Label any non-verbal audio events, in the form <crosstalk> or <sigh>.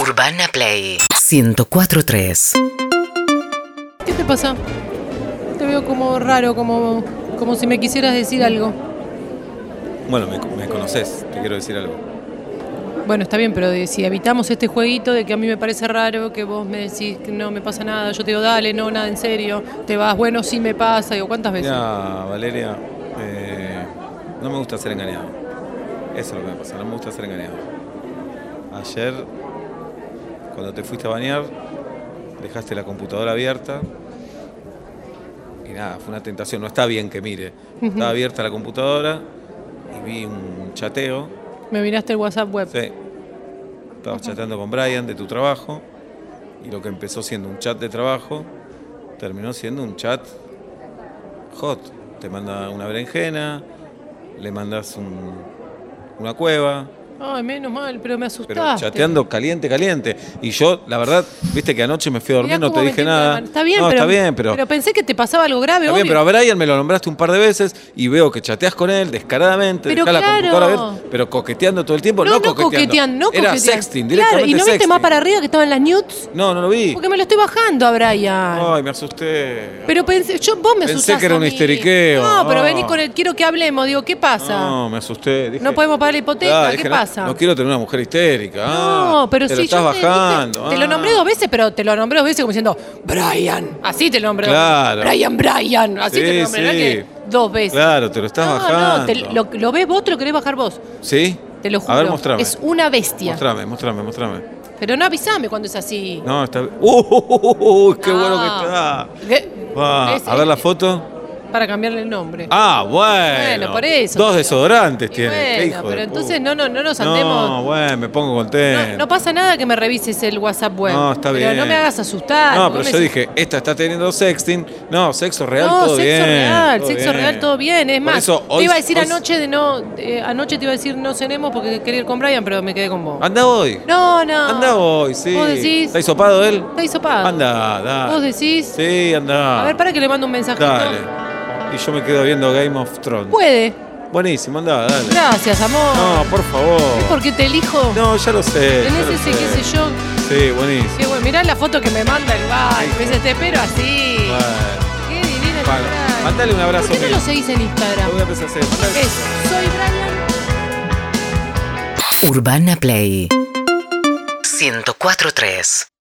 Urbana Play 1043. ¿Qué te pasa? Te veo como raro, como, como si me quisieras decir algo. Bueno, me, me conoces, te quiero decir algo. Bueno, está bien, pero de- si habitamos este jueguito de que a mí me parece raro, que vos me decís que no me pasa nada, yo te digo, dale, no, nada, en serio, te vas, bueno, sí me pasa, digo, ¿cuántas veces? Mira, Valeria, eh, no me gusta ser engañado. Eso es lo que me pasa, no me gusta ser engañado. Ayer, cuando te fuiste a bañar, dejaste la computadora abierta. Y nada, fue una tentación, no está bien que mire. Estaba abierta la computadora y vi un chateo. Me miraste el WhatsApp web. Sí. Estabas chateando con Brian de tu trabajo y lo que empezó siendo un chat de trabajo terminó siendo un chat hot. Te manda una berenjena, le mandas un- una cueva, Ay, menos mal, pero me asustaste. pero chateando caliente, caliente. Y yo, la verdad, viste que anoche me fui a Mirá dormir, no cómo te me dije tiembla la nada. mano. Está bien, No, pero, está bien, pero pensé que te pasaba algo grave, Está bien, pero obvio. a Brian me lo nombraste un par de veces y veo que chateas con él descaradamente, Pero claro. dejás la computadora abierta, pero coqueteando todo el tiempo, no, no, no coqueteando. coquetean, no Era coquetean. sexting, Claro, directamente ¿y no viste sexting. más para arriba que estaban las nudes? No, no lo vi. Porque me lo estoy bajando a Brian. Ay, me asusté. Pero pensé, yo, vos me Pensé asustás que era a un mí. histeriqueo. No, pero No. venís con el quiero que hablemos. Digo, ¿qué pasa? No, No, me asusté. Dije, podemos pagar la hipoteca. Ah, ¿Qué dije, no- pasa? No, quiero tener una mujer histérica. Ah, No, pero te si lo estás yo te dije- bajando. Te, lo ah. nombré dos veces, pero te lo nombré dos veces como diciendo, Brian. Así te lo nombré. dos Claro. veces. Brian, Brian. Así te Sí, lo nombré. ¿verdad sí. que dos veces. Claro, te lo estás no, bajando. No, te- lo, lo ves vos, te lo querés bajar vos. ¿Sí? Te lo juro. A ver, mostrame. Es una bestia. Mostrame, mostrame, mostrame. Pero no avisame cuando es así. No, está. <laughs> ¡Uh! ¡Qué bueno que No. está! ¿Qué? Va, Es- a ver la foto. Para cambiarle el nombre. Ah, bueno. Bueno, por eso. Dos desodorantes Y tiene. qué hijo Bueno, de pero entonces puta. no, no, no nos andemos. No, bueno, me pongo No, contento. no pasa nada que me revises el WhatsApp web. No, está Pero bien. no me hagas asustar. porque No, pero vos yo me- dije, esta está teniendo sexting. No, sexo real, no, todo sexo bien. real, todo sexo bien. real, todo bien. Es Por más, eso hoy- te iba a decir hoy- anoche de no, eh, anoche te iba a decir no cenemos porque quería ir con Brian, pero me quedé con vos. Anda hoy. no, no. Anda hoy, sí. Vos decís. ¿Está hisopado él? Está hisopado. Anda, dale. Vos decís. Sí, anda. A ver, para que le mando un mensajito. Dale. Y yo me quedo viendo Game of Thrones. Puede. Buenísimo, anda, dale. Gracias, amor. No, por favor. Es porque te elijo. No, ya lo sé. ya Tenés lo ese qué sé yo. Sí, buenísimo. Qué bueno. Mirá la foto que me manda el bar. Me dice, te espero así. Bueno, Qué divina bueno. Brian. Mandale un abrazo. ¿Por qué no mío. lo seguís en Instagram? Lo voy a empezar a hacer. Mandale- Es Soy Brian. Urbana Play 1043.